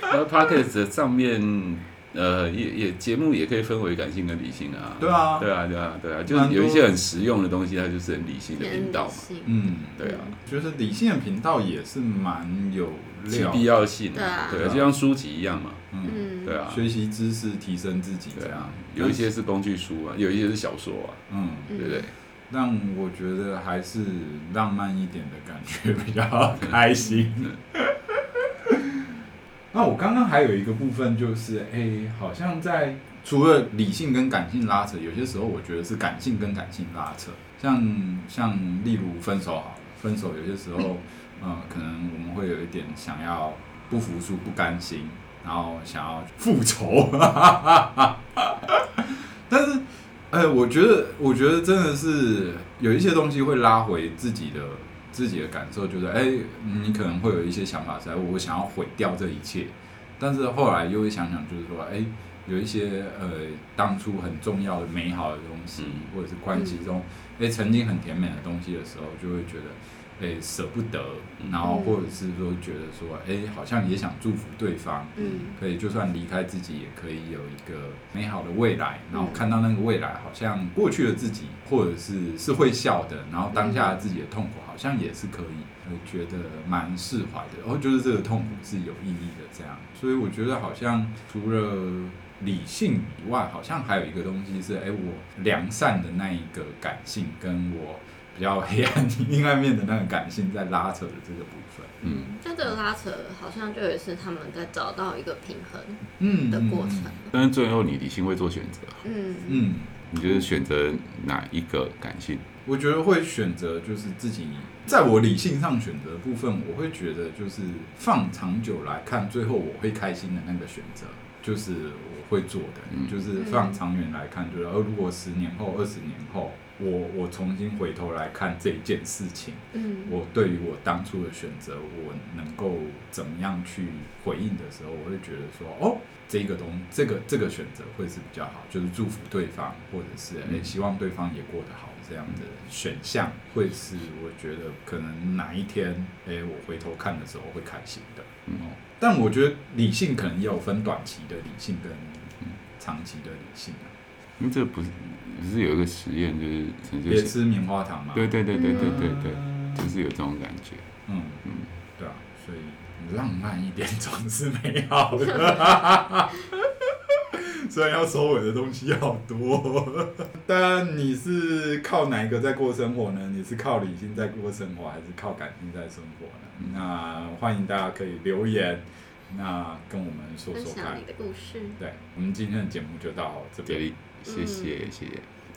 Speaker 2: 然后 p o c k e t 上面，呃，也也节目也可以分为感性跟理性啊。
Speaker 1: 对啊
Speaker 2: 对啊，对啊，对啊，就
Speaker 1: 蛮
Speaker 2: 是
Speaker 1: 多
Speaker 2: 有一些很实用的东西，它就是很理性的
Speaker 3: 偏
Speaker 2: 引导
Speaker 3: 理
Speaker 2: 嘛。
Speaker 3: 性。
Speaker 1: 嗯，
Speaker 2: 对啊，
Speaker 1: 就是理性的频道也是蛮有
Speaker 2: 是
Speaker 1: 料，
Speaker 2: 必要性
Speaker 3: 嗯对啊
Speaker 2: 啊，对啊，就像书籍一样嘛。
Speaker 1: 嗯，
Speaker 3: 嗯，
Speaker 2: 对啊，
Speaker 1: 学习知识提升自己这
Speaker 2: 对啊
Speaker 1: 样，，
Speaker 2: 有一些是工具书啊，有一些是小说啊，
Speaker 1: 嗯，
Speaker 3: 嗯
Speaker 2: 对不对？？
Speaker 1: 但我觉得还是浪漫一点的感觉比较开心。 那我刚刚还有一个部分就是，哎、好像在除了理性跟感性拉扯，有些时候我觉得是感性跟感性拉扯，像像例如分手好了，分手有些时候，呃，可能我们会有一点想要不服输、不甘心，然后想要复仇， 但是哎，我觉得，我觉得真的是有一些东西会拉回自己的自己的感受，就是哎，你可能会有一些想法是，哎，我想要毁掉这一切，但是后来又会想想，就是说，哎，有一些呃，当初很重要的、美好的东西，
Speaker 2: 嗯
Speaker 1: 或者是关系中，哎，曾经很甜美的东西的时候，就会觉得，哎，舍不得，然后
Speaker 3: 嗯
Speaker 1: 或者是说觉得说，哎，好像也想祝福对方，
Speaker 3: 嗯
Speaker 1: 可以就算离开自己，也可以有一个美好的未来。然后
Speaker 3: 嗯
Speaker 1: 看到那个未来，好像过去的自己，或者是是会笑的，然后当下的自己的痛苦，好像也是可以，我觉得蛮释怀的。然后就是这个痛苦是有意义的，这样。所以我觉得好像除了理性以外，好像还有一个东西是，哎，我良善的那一个感性，跟我比较黑暗另外面的那个感性在拉扯的这个部分。
Speaker 2: 嗯，
Speaker 3: 在这个拉扯，好像就也是他们在找到一个平衡
Speaker 1: 嗯
Speaker 3: 的过程。
Speaker 2: 但是最后你理性会做选择，
Speaker 3: 嗯
Speaker 1: 嗯。嗯
Speaker 2: 你就是选择哪一个感性，
Speaker 1: 我觉得会选择就是自己，在我理性上选择的部分，我会觉得就是放长久来看，最后我会开心的那个选择，就是我会做的，
Speaker 2: 嗯
Speaker 1: 就是放长远来看，就是呃，如果十年后、二十年后，我我重新回头来看这件事情，
Speaker 3: 嗯，
Speaker 1: 我对于我当初的选择，我能够怎么样去回应的时候，我会觉得说，哦，这个东这个这个选择会是比较好，就是祝福对方，或者是诶、
Speaker 2: 嗯
Speaker 1: 希望对方也过得好，这样的选项会是我觉得可能哪一天诶、我回头看的时候会开心的。
Speaker 2: 嗯
Speaker 1: 哦，但我觉得理性可能也有分短期的理性跟长期的理性啊。
Speaker 2: 因为这不是不是有一个实验，就是陈
Speaker 1: 别
Speaker 2: 就写，
Speaker 1: 吃棉花糖嘛。啊
Speaker 2: 对对对对对对对，
Speaker 1: 嗯
Speaker 2: 就是有这种感觉。
Speaker 1: 嗯
Speaker 2: 嗯，
Speaker 1: 对啊，所以浪漫一点总是美好的。 虽然要收尾的东西好多，但你是靠哪一个在过生活呢？你是靠理性在过生活，还是靠感性在生活呢？
Speaker 2: 嗯
Speaker 1: 那欢迎大家可以留言，那跟我们说
Speaker 3: 分
Speaker 1: 说
Speaker 3: 享
Speaker 1: 看
Speaker 3: 你。的故事，
Speaker 1: 对，我们今天的节目就到这
Speaker 2: 这
Speaker 1: 边，
Speaker 2: 里谢谢谢谢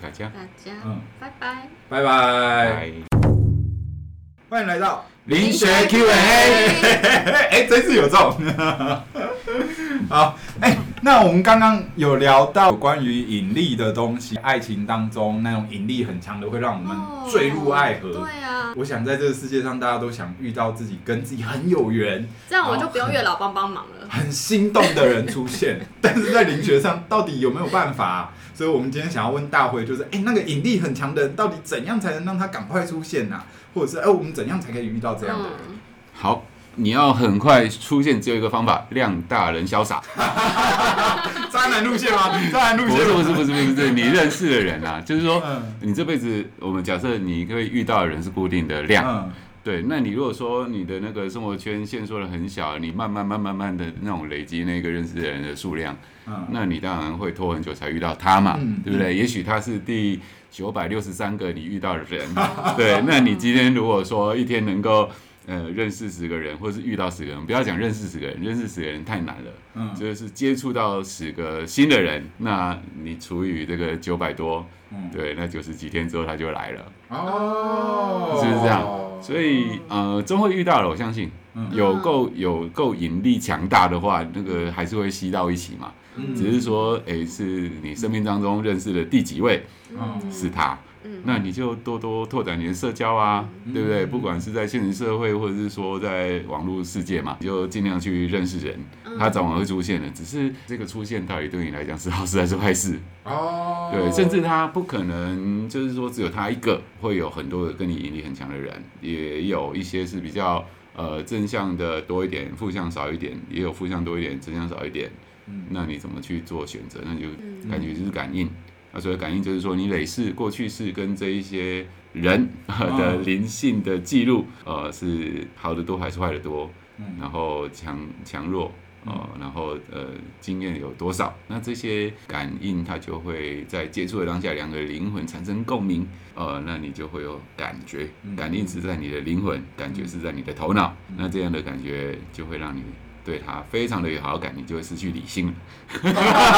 Speaker 2: 大家，
Speaker 3: 大家、
Speaker 1: 嗯
Speaker 3: 拜拜。
Speaker 1: 拜拜，
Speaker 2: 拜。
Speaker 1: 欢迎来到
Speaker 2: 林
Speaker 3: 学 Q&A
Speaker 1: 哎、真是有中。好，哎、那我们刚刚有聊到关于引力的东西，爱情当中那种引力很强的，会让我们坠入爱河。
Speaker 3: 哦对啊，
Speaker 1: 我想在这个世界上，大家都想遇到自己跟自己很有缘、
Speaker 3: 这样我就不用月老帮帮忙了。
Speaker 1: 很心动的人出现， 但是在灵学上到底有没有办法啊、所以我们今天想要问大辉，就是哎、那个引力很强的人，到底怎样才能让他赶快出现啊？或者是哎、我们怎样才可以遇到这样的人？
Speaker 3: 嗯，
Speaker 2: 好，你要很快出现，只有一个方法，量大人潇洒。
Speaker 1: 渣男路线吗？渣男路
Speaker 2: 不
Speaker 1: 线
Speaker 2: 是
Speaker 1: 吗
Speaker 2: 不是不是不是，你认识的人啊，就是说
Speaker 1: 嗯
Speaker 2: 你这辈子，我们假设你会遇到的人是固定的量，
Speaker 1: 嗯
Speaker 2: 对，那你如果说你的那个生活圈限缩的很小，你慢慢慢慢慢的那种累积那个认识的人的数量，
Speaker 1: 嗯，
Speaker 2: 那你当然会拖很久才遇到他嘛，
Speaker 1: 嗯
Speaker 2: 对不对？也许他是第九百六十三个你遇到的人， 对。那你今天如果说一天能够呃认识十个人，或是遇到十个人，不要讲认识十个人，认识十个人太难了，
Speaker 1: 嗯
Speaker 2: 就是接触到十个新的人，那你除以这个九百多，
Speaker 1: 嗯，
Speaker 2: 对，那九十几天之后他就来了，
Speaker 1: 哦，
Speaker 2: 是不是这样？所以呃，终会遇到的，我相信
Speaker 1: 嗯
Speaker 2: 有够有够引力强大的话，那个还是会吸到一起嘛。
Speaker 1: 嗯
Speaker 2: 只是说，诶，是你生命当中认识的第几位
Speaker 1: 嗯
Speaker 2: 是他，
Speaker 3: 嗯
Speaker 2: 那你就多多拓展你的社交啊，
Speaker 1: 嗯
Speaker 2: 对不对？不管是在现实社会，或者是说在网络世界嘛，你就尽量去认识人，
Speaker 3: 嗯
Speaker 1: 嗯
Speaker 2: 他早晚会出现的。只是这个出现到底对你来讲是好事还是坏事？
Speaker 1: 哦，
Speaker 2: 对，甚至他不可能就是说只有他一个，会有很多的跟你引力很强的人，也有一些是比较呃正向的多一点，负向少一点，也有负向多一点，正向少一点。
Speaker 1: 嗯
Speaker 2: 那你怎么去做选择？那你就
Speaker 3: 嗯
Speaker 2: 感觉就是感应。那所以感应就是说，你累世、过去世跟这一些人
Speaker 1: 哦
Speaker 2: 的灵性的记录，呃，是好的多还是坏的多？
Speaker 1: 嗯
Speaker 2: 然后强强弱，呃，然后呃，经验有多少？那这些感应，它就会在接触的当下，两个灵魂产生共鸣，呃，那你就会有感觉
Speaker 1: 嗯。
Speaker 2: 感应是在你的灵魂，感觉是在你的头脑。那这样的感觉就会让你对它非常的有好感，你就会失去理性了。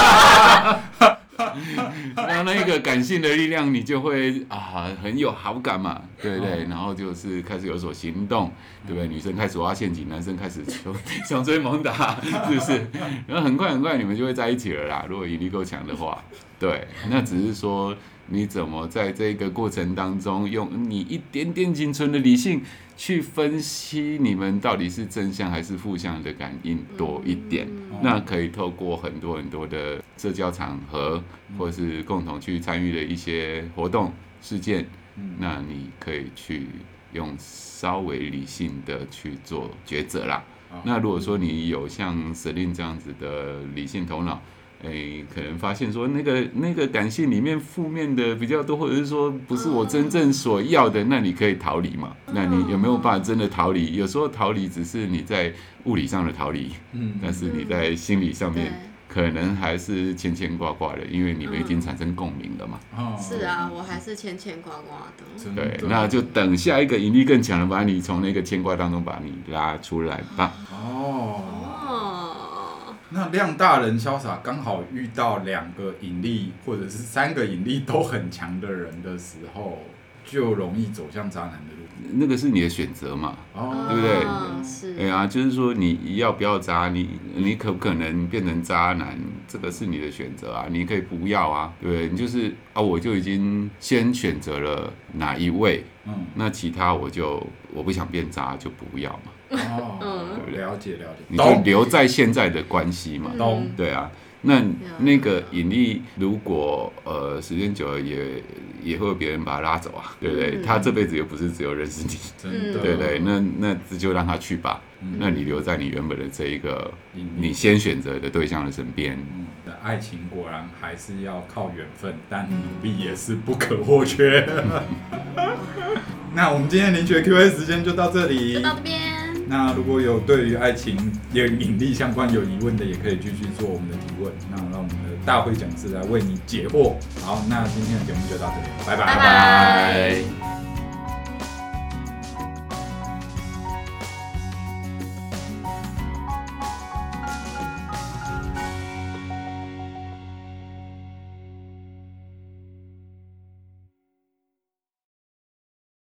Speaker 2: 那那个感性的力量，你就会啊很有好感嘛，对不对？然后就是开始有所行动，对不对？女生开始挖陷阱，男生开始求 想追猛打，是不是？然后很快很快你们就会在一起了啦。如果引力够强的话，对，那只是说你怎么在这个过程当中，用你一点点仅存的理性去分析你们到底是正向还是负向的感应多一点。
Speaker 3: 嗯
Speaker 2: 那可以透过很多很多的社交场合，或者是共同去参与的一些活动事件，
Speaker 1: 嗯
Speaker 2: 那你可以去用稍微理性的去做抉择啦
Speaker 1: 哦。
Speaker 2: 那如果说你有像 Selin 这样子的理性头脑，诶，可能发现说那个那个感性里面负面的比较多，或者是说不是我真正所要的，那你可以逃离嘛？那你有没有办法真的逃离？有时候逃离只是你在物理上的逃离，
Speaker 1: 嗯
Speaker 2: 但是你在心理上面
Speaker 3: 对
Speaker 2: 可能还是牵牵挂挂的，因为你们已经产生共鸣了嘛。
Speaker 1: 哦
Speaker 3: 是啊，我还是牵牵挂挂的。
Speaker 1: 真的
Speaker 2: 对，那就等下一个引力更强的，把你从那个牵挂当中把你拉出来吧。
Speaker 1: 哦，
Speaker 3: 哦，
Speaker 1: 那量大人潇洒刚好遇到两个引力或者是三个引力都很强的人的时候，就容易走向渣男的路。
Speaker 2: 那个是你的选择嘛？
Speaker 1: 哦，
Speaker 2: 对不对
Speaker 3: 嗯是，
Speaker 2: 哎呀，就是说你要不要渣，你你可不可能变成渣男，这个是你的选择啊，你可以不要啊，对不对？你就是啊，我就已经先选择了哪一位，
Speaker 1: 嗯，
Speaker 2: 那其他我就我不想变渣就不要嘛，
Speaker 1: 哦，了解了解，
Speaker 2: 你就留在现在的关系嘛，
Speaker 3: 嗯
Speaker 1: 懂
Speaker 2: 对啊。那那个
Speaker 3: 了解
Speaker 2: 引力，如果呃时间久了也也会有别人把他拉走啊，对不对？
Speaker 3: 嗯
Speaker 2: 他这辈子又不是只有认识你，
Speaker 1: 真的，
Speaker 2: 嗯对不对？那那这就让他去吧，那你留在你原本的这一个你先选择的对象的身边。
Speaker 1: 嗯，爱情果然还是要靠缘分，但努力也是不可或缺。 那我们今天零学 Q&A 时间就到这里，
Speaker 3: 就到这边。
Speaker 1: 那如果有对于爱情、也引力相关有疑问的，也可以继续做我们的提问，那让我们的大会讲师来为你解惑。好，那今天的节目就到这里，拜拜
Speaker 3: 拜拜